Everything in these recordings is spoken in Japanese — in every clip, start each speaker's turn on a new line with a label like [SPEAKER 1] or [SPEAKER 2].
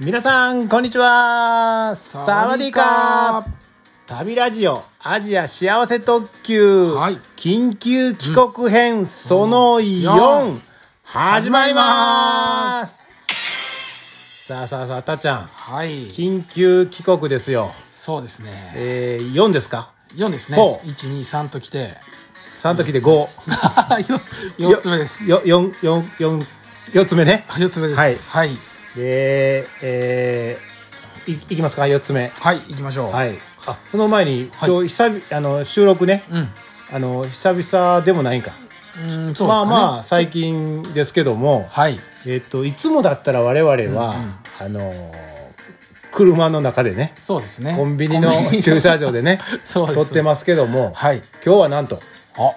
[SPEAKER 1] 皆さんこんにちはサワディーカー
[SPEAKER 2] ー
[SPEAKER 1] 旅ラジオアジア幸せ特急、
[SPEAKER 2] はい
[SPEAKER 1] 緊急帰国編、その4、
[SPEAKER 2] 四
[SPEAKER 1] 始まりますさあさあさあたっちゃん
[SPEAKER 2] はい
[SPEAKER 1] 緊急帰国ですよ、
[SPEAKER 2] そうですね
[SPEAKER 1] えー、4ですか
[SPEAKER 2] 4ですね
[SPEAKER 1] ほう
[SPEAKER 2] 123とき て
[SPEAKER 1] 3時で5
[SPEAKER 2] 4つ目です
[SPEAKER 1] よよよよ4つ目ね
[SPEAKER 2] 4つ目ですはい
[SPEAKER 1] でえー、いいきますか4つ目
[SPEAKER 2] はい行きましょう
[SPEAKER 1] はいあその前に
[SPEAKER 2] はい
[SPEAKER 1] 今日久々あの収録ね
[SPEAKER 2] うんう
[SPEAKER 1] あの久々でもないんか
[SPEAKER 2] ーんそうですかね
[SPEAKER 1] まあまあ最近ですけども、
[SPEAKER 2] はい
[SPEAKER 1] えっといつもだったら我々は、あのー車の中でね
[SPEAKER 2] そうですね
[SPEAKER 1] コンビニの
[SPEAKER 2] コンビニ
[SPEAKER 1] 駐車場でね
[SPEAKER 2] そうです
[SPEAKER 1] 撮ってますけども、
[SPEAKER 2] はい
[SPEAKER 1] 今日はなんと
[SPEAKER 2] あ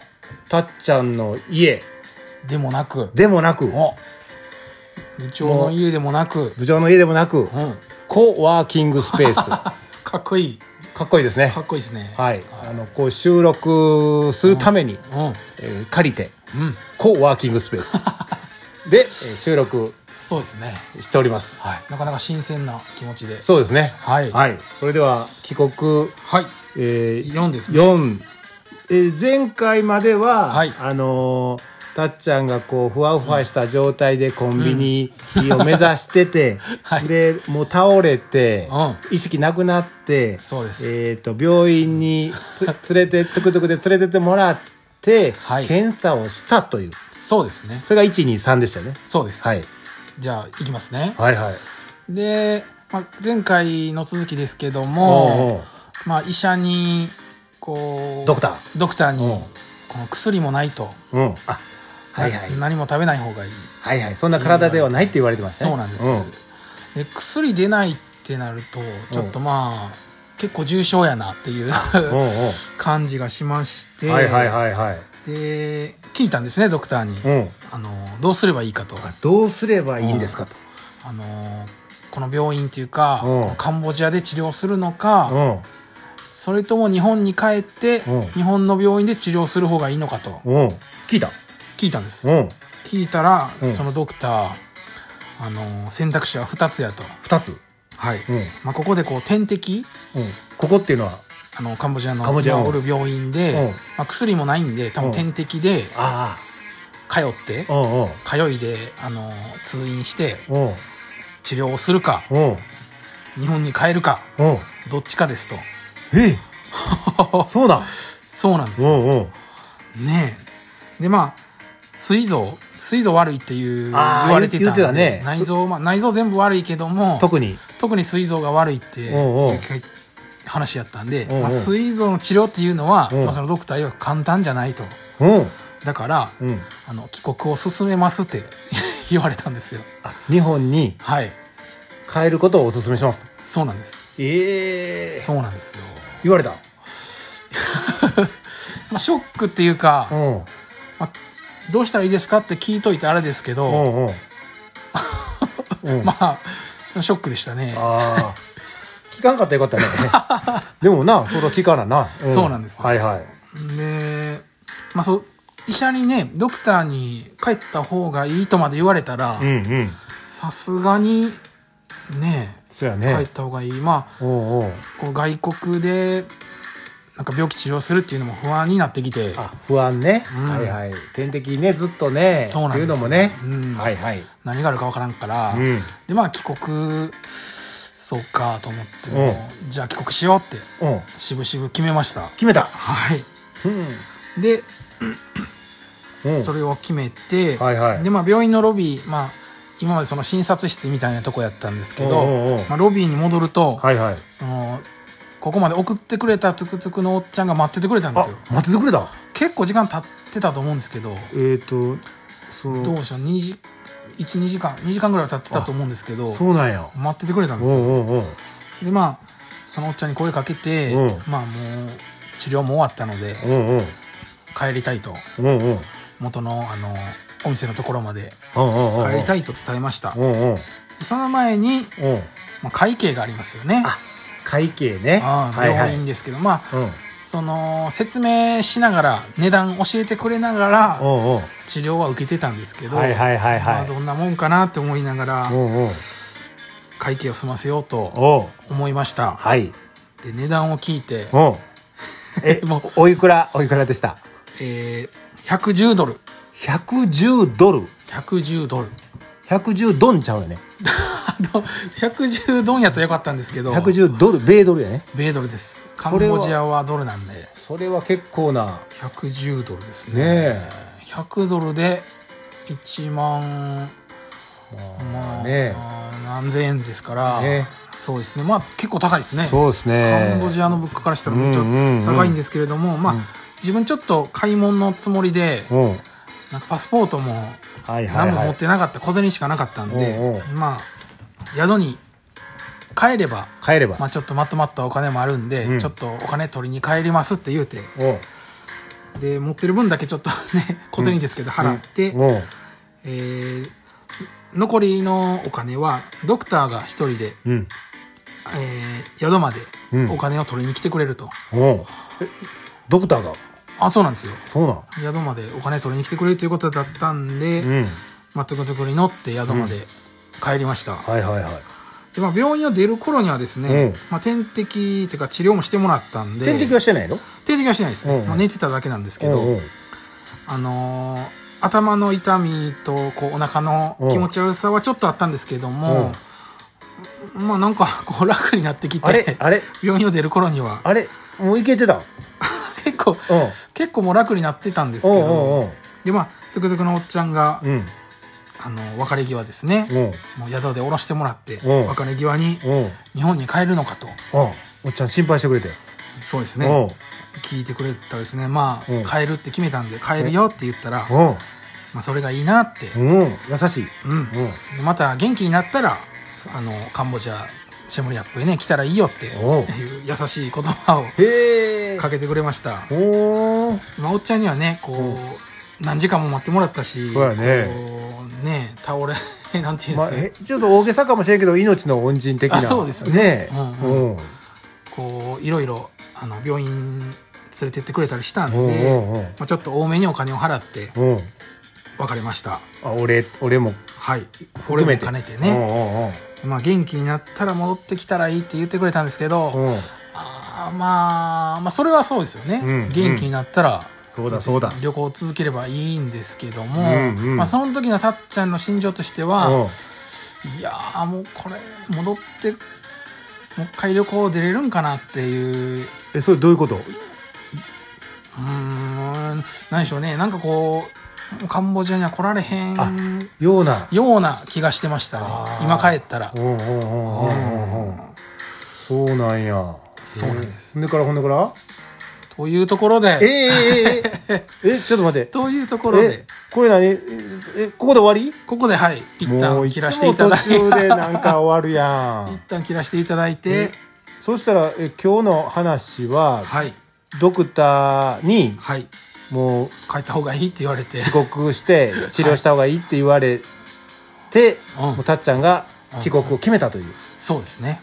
[SPEAKER 1] たっちゃんの家
[SPEAKER 2] でもなく
[SPEAKER 1] でもなく
[SPEAKER 2] お部長の家でもなく
[SPEAKER 1] 部長の家でもなく
[SPEAKER 2] うん
[SPEAKER 1] コワーキングスペ ースか
[SPEAKER 2] かっこいい
[SPEAKER 1] っこいいですね
[SPEAKER 2] かっこいいですね
[SPEAKER 1] はいあのこう収録するために、
[SPEAKER 2] うんうん
[SPEAKER 1] えー借りてコワーキングスペース で、えー収録
[SPEAKER 2] そうですね
[SPEAKER 1] しております
[SPEAKER 2] はいなかなか新鮮な気持ちで
[SPEAKER 1] そうですね
[SPEAKER 2] はい
[SPEAKER 1] はい、それでは帰国、
[SPEAKER 2] はい
[SPEAKER 1] えー、
[SPEAKER 2] 4ですね
[SPEAKER 1] 4、えー前回までは、
[SPEAKER 2] はい
[SPEAKER 1] あのーたっちゃんがこうふわふわした状態でコンビニを目指してて、
[SPEAKER 2] はい
[SPEAKER 1] でもう倒れて、
[SPEAKER 2] う
[SPEAKER 1] 意識なくなって
[SPEAKER 2] そうです
[SPEAKER 1] えー、と病院につ 連れてトゥクトゥクで連れてってもらって、
[SPEAKER 2] はい
[SPEAKER 1] 検査をしたという
[SPEAKER 2] そうですね
[SPEAKER 1] それが123でしたよね、
[SPEAKER 2] そうです
[SPEAKER 1] はい、
[SPEAKER 2] じゃあいきますね
[SPEAKER 1] はいはい
[SPEAKER 2] で、まあ、前回の続きですけど
[SPEAKER 1] おうお
[SPEAKER 2] も
[SPEAKER 1] う
[SPEAKER 2] まあ、医者にこう
[SPEAKER 1] ドクター
[SPEAKER 2] ドクターに
[SPEAKER 1] うん
[SPEAKER 2] この薬もないと、
[SPEAKER 1] うんあはいはい
[SPEAKER 2] な何も食べない方がいい、
[SPEAKER 1] はいはいそんな体ではないって言われてますね
[SPEAKER 2] そうなんです、で薬出ないってなるとちょっとまあ、結構重症やなっていう
[SPEAKER 1] うんうん
[SPEAKER 2] 感じがしまして、
[SPEAKER 1] はいはいはいはい。
[SPEAKER 2] で聞いたんですねドクターに、
[SPEAKER 1] うん。
[SPEAKER 2] あのどうすればいいかと
[SPEAKER 1] どうすればいいんですかと。
[SPEAKER 2] あのこの病院っていうか、
[SPEAKER 1] うん
[SPEAKER 2] このカンボジアで治療するのか、
[SPEAKER 1] う
[SPEAKER 2] それとも日本に帰って、
[SPEAKER 1] うん
[SPEAKER 2] 日本の病院で治療する方がいいのかと
[SPEAKER 1] ん。うん。聞いた。
[SPEAKER 2] 聞いたんです、
[SPEAKER 1] うん。
[SPEAKER 2] 聞いたら、
[SPEAKER 1] うん
[SPEAKER 2] そのドクターあの選択肢は2つやと、
[SPEAKER 1] 二つ。
[SPEAKER 2] はい
[SPEAKER 1] うん。
[SPEAKER 2] まあ、ここでこう点滴
[SPEAKER 1] うん。ここっていうのは、
[SPEAKER 2] あのカンボジアの
[SPEAKER 1] カンボジアの
[SPEAKER 2] おる病院
[SPEAKER 1] う
[SPEAKER 2] で、
[SPEAKER 1] ん
[SPEAKER 2] まあ、薬もないんで多
[SPEAKER 1] うん
[SPEAKER 2] 分点滴で
[SPEAKER 1] あ
[SPEAKER 2] 通って、
[SPEAKER 1] あ。うんうん。
[SPEAKER 2] 通いであの通院して
[SPEAKER 1] うん。
[SPEAKER 2] 治療をするか
[SPEAKER 1] うん。
[SPEAKER 2] 日本に帰るか
[SPEAKER 1] うん。
[SPEAKER 2] どっちかですと
[SPEAKER 1] ええ。そうだ。
[SPEAKER 2] そうなんです
[SPEAKER 1] う
[SPEAKER 2] よ
[SPEAKER 1] んうん。
[SPEAKER 2] ねえでまあ膵臓膵臓悪いっていう言
[SPEAKER 1] あー
[SPEAKER 2] われてた
[SPEAKER 1] 言
[SPEAKER 2] んで
[SPEAKER 1] う言うてたね
[SPEAKER 2] 内臓、まあ、内臓全部悪いけども
[SPEAKER 1] 特に。
[SPEAKER 2] 特に膵臓が悪いって
[SPEAKER 1] おうおう
[SPEAKER 2] 話やったんで
[SPEAKER 1] おうおう
[SPEAKER 2] まあ、膵臓の治療っていうのは、
[SPEAKER 1] うん
[SPEAKER 2] まあ、そのドクター曰く簡単じゃないと
[SPEAKER 1] うん。
[SPEAKER 2] だから、
[SPEAKER 1] うん。
[SPEAKER 2] あの帰国を勧めますって 言われたんですよ
[SPEAKER 1] あ、日本に
[SPEAKER 2] はい
[SPEAKER 1] 帰ることをお勧めします。
[SPEAKER 2] そうなんです
[SPEAKER 1] ええ
[SPEAKER 2] そうなんですよ、
[SPEAKER 1] 言われた。
[SPEAKER 2] まあ、ショックっていうか、
[SPEAKER 1] うん。うん
[SPEAKER 2] まあ、どうしたらいいですかって聞いといてあれですけど、
[SPEAKER 1] うん。 うん。
[SPEAKER 2] まあショックでしたね
[SPEAKER 1] ああ。聞かんかったらよかったね。 でもな、それは聞かなな。
[SPEAKER 2] そうなんですよ
[SPEAKER 1] はいはい。
[SPEAKER 2] で、まあ、そう医者にねドクターに帰った方がいいとまで言われたら
[SPEAKER 1] うんうん。
[SPEAKER 2] さすがにね
[SPEAKER 1] そうや
[SPEAKER 2] 帰
[SPEAKER 1] ね
[SPEAKER 2] っ。た方がいい、まあ
[SPEAKER 1] うんうん。
[SPEAKER 2] こう外国でなんか病気治療するっていうのも不安になってきて
[SPEAKER 1] あ不安ね、
[SPEAKER 2] うん
[SPEAKER 1] はいはい点滴ねずっとね
[SPEAKER 2] そうなんです
[SPEAKER 1] っていうのもね、
[SPEAKER 2] うん
[SPEAKER 1] はいはい
[SPEAKER 2] 何があるかわからんから、
[SPEAKER 1] うん
[SPEAKER 2] でまあ帰国そうかと思って、
[SPEAKER 1] う
[SPEAKER 2] じゃあ帰国しようって
[SPEAKER 1] うん
[SPEAKER 2] しぶしぶ決めました
[SPEAKER 1] 決めた
[SPEAKER 2] はい
[SPEAKER 1] うん、うん、
[SPEAKER 2] でそれを決めて、
[SPEAKER 1] はいはい
[SPEAKER 2] でまあ、病院のロビー、まあ、今までその診察室みたいなとこやったんですけど、
[SPEAKER 1] おうおうおう
[SPEAKER 2] まあ、ロビーに戻ると、
[SPEAKER 1] はいはい
[SPEAKER 2] そのここまで送ってくれたトゥクトゥクのおっちゃんが待っててくれたんで
[SPEAKER 1] あ
[SPEAKER 2] すよ
[SPEAKER 1] 待っててくれた
[SPEAKER 2] 結構時間経ってたと思うんですけど
[SPEAKER 1] えっ、ー、とそ
[SPEAKER 2] どう
[SPEAKER 1] う
[SPEAKER 2] でしょう12時間2時間ぐらいは経ってたと思うんですけど
[SPEAKER 1] そうなんや
[SPEAKER 2] 待っててくれたん
[SPEAKER 1] う
[SPEAKER 2] ですよ
[SPEAKER 1] んうんうん
[SPEAKER 2] でまあそのおっちゃんに声かけて、
[SPEAKER 1] うん
[SPEAKER 2] まあもう治療も終わったので
[SPEAKER 1] うんうん
[SPEAKER 2] 帰りたいと
[SPEAKER 1] うんうんうん
[SPEAKER 2] 元のあのお店のところまで
[SPEAKER 1] うんうん
[SPEAKER 2] 帰りたいと伝えました
[SPEAKER 1] うんうんうん
[SPEAKER 2] その前に、まあ、会計がありますよね。
[SPEAKER 1] あ会計ね
[SPEAKER 2] あ
[SPEAKER 1] はいは
[SPEAKER 2] 病
[SPEAKER 1] い
[SPEAKER 2] 院ですけど、まあ、
[SPEAKER 1] うん
[SPEAKER 2] その、説明しながら、値段教えてくれながら、
[SPEAKER 1] うんうん
[SPEAKER 2] 治療は受けてたんですけど、
[SPEAKER 1] はいはいはい
[SPEAKER 2] ま
[SPEAKER 1] は
[SPEAKER 2] あ、
[SPEAKER 1] い
[SPEAKER 2] どんなもんかなって思いながら
[SPEAKER 1] う、んうん
[SPEAKER 2] 会計を済ませようと
[SPEAKER 1] おう
[SPEAKER 2] 思いました
[SPEAKER 1] はい
[SPEAKER 2] で値段を聞いて、
[SPEAKER 1] おう え
[SPEAKER 2] もう
[SPEAKER 1] おいくらおいくらでした
[SPEAKER 2] えー、110ドル
[SPEAKER 1] 110ドル
[SPEAKER 2] 110ドル
[SPEAKER 1] 110ドンちゃうよね
[SPEAKER 2] あの110ドンやったらよかったんですけど
[SPEAKER 1] 110ドル米ドルやね
[SPEAKER 2] 米ドルですカ
[SPEAKER 1] それ
[SPEAKER 2] ン
[SPEAKER 1] は
[SPEAKER 2] ボジアはドルなんで
[SPEAKER 1] それは結構な
[SPEAKER 2] 110ドルですね
[SPEAKER 1] ね
[SPEAKER 2] 100ドルで1万まあ、
[SPEAKER 1] ね
[SPEAKER 2] 何千円ですから、
[SPEAKER 1] ね
[SPEAKER 2] そうですねまあ結構高いですね
[SPEAKER 1] えそうですね
[SPEAKER 2] カンボジアの物価からしたらめっちゃ
[SPEAKER 1] うんうんうん
[SPEAKER 2] 高いんですけれども、まあ、自分ちょっと買い物のつもりで、
[SPEAKER 1] うん
[SPEAKER 2] なんかパスポートも
[SPEAKER 1] はいはい
[SPEAKER 2] 何も
[SPEAKER 1] は
[SPEAKER 2] 持
[SPEAKER 1] い
[SPEAKER 2] ってなかった、小銭しかなかったんで、
[SPEAKER 1] おうおう
[SPEAKER 2] まあ、宿に帰れば、
[SPEAKER 1] 帰れば
[SPEAKER 2] まあ、ちょっとまとまったお金もあるんで、
[SPEAKER 1] うん
[SPEAKER 2] ちょっとお金取りに帰りますって言うて、
[SPEAKER 1] おう
[SPEAKER 2] で、持ってる分だけちょっとね、小銭ですけど払って、
[SPEAKER 1] おう
[SPEAKER 2] えー残りのお金は、ドクターが一人で、
[SPEAKER 1] うん
[SPEAKER 2] えー宿まで
[SPEAKER 1] うん
[SPEAKER 2] お金を取りに来てくれると。
[SPEAKER 1] おうえドクターが
[SPEAKER 2] あ、そうなんですよ。
[SPEAKER 1] そうなん
[SPEAKER 2] 宿までお金取りに来てくれるということだったんで、
[SPEAKER 1] うん
[SPEAKER 2] まあ、トゥクトゥクに乗って宿まで帰りました、
[SPEAKER 1] はいはいはい
[SPEAKER 2] でまあ、病院を出る頃にはですね、
[SPEAKER 1] うん
[SPEAKER 2] まあ、点滴っていうか治療もしてもらったんで
[SPEAKER 1] 点滴
[SPEAKER 2] は
[SPEAKER 1] はしてないの
[SPEAKER 2] 点滴はしてないですね、
[SPEAKER 1] うん
[SPEAKER 2] まあ、寝てただけなんですけど、
[SPEAKER 1] うんうん
[SPEAKER 2] あのー頭の痛みとこうお腹の気持ち悪さはちょっとあったんですけども、まあなんかこう楽になってき
[SPEAKER 1] あれ
[SPEAKER 2] て
[SPEAKER 1] あれ
[SPEAKER 2] 病院を出る頃には
[SPEAKER 1] あれもういけてたうん
[SPEAKER 2] 結構結構もう楽になってたんですけ
[SPEAKER 1] おう
[SPEAKER 2] ど
[SPEAKER 1] おう
[SPEAKER 2] でまあトゥクトゥクのおっちゃんが
[SPEAKER 1] おううん
[SPEAKER 2] あの別れ際ですね、
[SPEAKER 1] うん
[SPEAKER 2] もう宿で降ろしてもらって、
[SPEAKER 1] うん
[SPEAKER 2] 別れ際に
[SPEAKER 1] うんうん
[SPEAKER 2] 日本に帰るのかと
[SPEAKER 1] おっちゃん心配してくれて
[SPEAKER 2] そうです
[SPEAKER 1] う
[SPEAKER 2] ね
[SPEAKER 1] ん
[SPEAKER 2] 聞いてくれたらですねまあ、
[SPEAKER 1] うん
[SPEAKER 2] 帰るって決めたんで帰るよって言ったら、ま
[SPEAKER 1] うん
[SPEAKER 2] あ、それがいいなって、
[SPEAKER 1] うん優しい
[SPEAKER 2] うん
[SPEAKER 1] う
[SPEAKER 2] でまた元気になったらあのカンボジアシェムリアップへね来たらいいよって
[SPEAKER 1] おう
[SPEAKER 2] いう優しい言葉を
[SPEAKER 1] へえ
[SPEAKER 2] かけてくれました、
[SPEAKER 1] おー
[SPEAKER 2] まあ、おっちゃんにはねこう、
[SPEAKER 1] うん
[SPEAKER 2] 何時間も待ってもらったし
[SPEAKER 1] そうやね
[SPEAKER 2] こうね倒れ なんていうんで
[SPEAKER 1] ますあ
[SPEAKER 2] か、
[SPEAKER 1] えちょっと大げさかもしれんけど命の恩人的な
[SPEAKER 2] あそうですね
[SPEAKER 1] え
[SPEAKER 2] うん
[SPEAKER 1] うん
[SPEAKER 2] こういろいろあの病院連れてってくれたりしたんで、
[SPEAKER 1] うんうんうん
[SPEAKER 2] まあ、ちょっと多めにお金を払って
[SPEAKER 1] うん
[SPEAKER 2] 別れました
[SPEAKER 1] あ俺俺も
[SPEAKER 2] はいこ
[SPEAKER 1] 含
[SPEAKER 2] れも
[SPEAKER 1] めて
[SPEAKER 2] 兼ねて
[SPEAKER 1] う
[SPEAKER 2] ね、
[SPEAKER 1] ん
[SPEAKER 2] まあ、元気になったら戻ってきたらいいって言ってくれたんですけど、
[SPEAKER 1] うんうんうん
[SPEAKER 2] あーまあまあそれはそうですよね、
[SPEAKER 1] うん
[SPEAKER 2] 元気になったら
[SPEAKER 1] そうだそうだ
[SPEAKER 2] 旅行を続ければいいんですけども、
[SPEAKER 1] うんうん
[SPEAKER 2] まあ、その時のたっちゃんの心情としては、
[SPEAKER 1] うん
[SPEAKER 2] いやーもうこれ戻ってもう一回旅行出れるんかなっていう
[SPEAKER 1] えそれどういうこと
[SPEAKER 2] うーん、何でしょうね、なんかこう、カンボジアには来られへ
[SPEAKER 1] あ
[SPEAKER 2] ん
[SPEAKER 1] ような
[SPEAKER 2] ような気がしてましたね
[SPEAKER 1] あ。ー
[SPEAKER 2] 今帰ったら
[SPEAKER 1] う。んうんうんうんうんうんそうなんや
[SPEAKER 2] そうなんです
[SPEAKER 1] ほんでからほんでから
[SPEAKER 2] というところ
[SPEAKER 1] え
[SPEAKER 2] で、
[SPEAKER 1] ええええ ええちょっと待って
[SPEAKER 2] というところ
[SPEAKER 1] え
[SPEAKER 2] で、
[SPEAKER 1] これ何ええここで終わり
[SPEAKER 2] ここではい、一
[SPEAKER 1] もう
[SPEAKER 2] 旦
[SPEAKER 1] いつ
[SPEAKER 2] 切らして
[SPEAKER 1] も
[SPEAKER 2] いた
[SPEAKER 1] 途
[SPEAKER 2] だいて、
[SPEAKER 1] 中でなんか終わるや
[SPEAKER 2] 一
[SPEAKER 1] ん
[SPEAKER 2] 旦切らしていただいて
[SPEAKER 1] え、そしたらえ今日の話は
[SPEAKER 2] はい、
[SPEAKER 1] ドクターに
[SPEAKER 2] はい、
[SPEAKER 1] もう
[SPEAKER 2] 帰った方がいいって言われて、
[SPEAKER 1] 帰国して治療した方がいいって言われて、
[SPEAKER 2] うん
[SPEAKER 1] もうたっちゃんが帰国を決めたという
[SPEAKER 2] そうですね。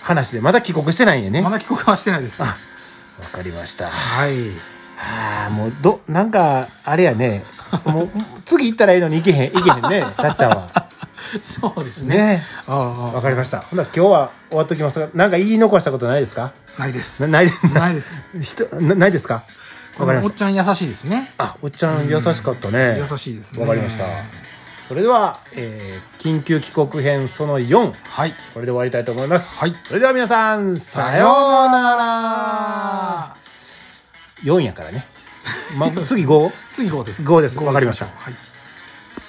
[SPEAKER 1] 話でまだ帰国してないんやね
[SPEAKER 2] ま
[SPEAKER 1] わ
[SPEAKER 2] だ帰国はしてないです。
[SPEAKER 1] あかりました
[SPEAKER 2] はい。
[SPEAKER 1] あーもうどなんかあれやねもう次行ったらいいのに行けへん行けへ んねたっちゃんは
[SPEAKER 2] そうですね。
[SPEAKER 1] ね
[SPEAKER 2] あ
[SPEAKER 1] わ
[SPEAKER 2] あ、
[SPEAKER 1] かりましたほな今日は終わっときますがなんか言い残したことないですか
[SPEAKER 2] ないで
[SPEAKER 1] な
[SPEAKER 2] す。
[SPEAKER 1] ないです
[SPEAKER 2] ない です。
[SPEAKER 1] 人なないですかわかりまし
[SPEAKER 2] おったちゃん優しいですね。
[SPEAKER 1] あおっちゃん優しかったね
[SPEAKER 2] 優しいですね。
[SPEAKER 1] わかりましたそれでは、えー緊急帰国編その4
[SPEAKER 2] はい。
[SPEAKER 1] これで終わりたいと思います
[SPEAKER 2] はい。
[SPEAKER 1] それでは皆さんさようなら4やからね、ま、次 5?
[SPEAKER 2] 次5で す
[SPEAKER 1] 5です
[SPEAKER 2] 五
[SPEAKER 1] わかりました
[SPEAKER 2] はい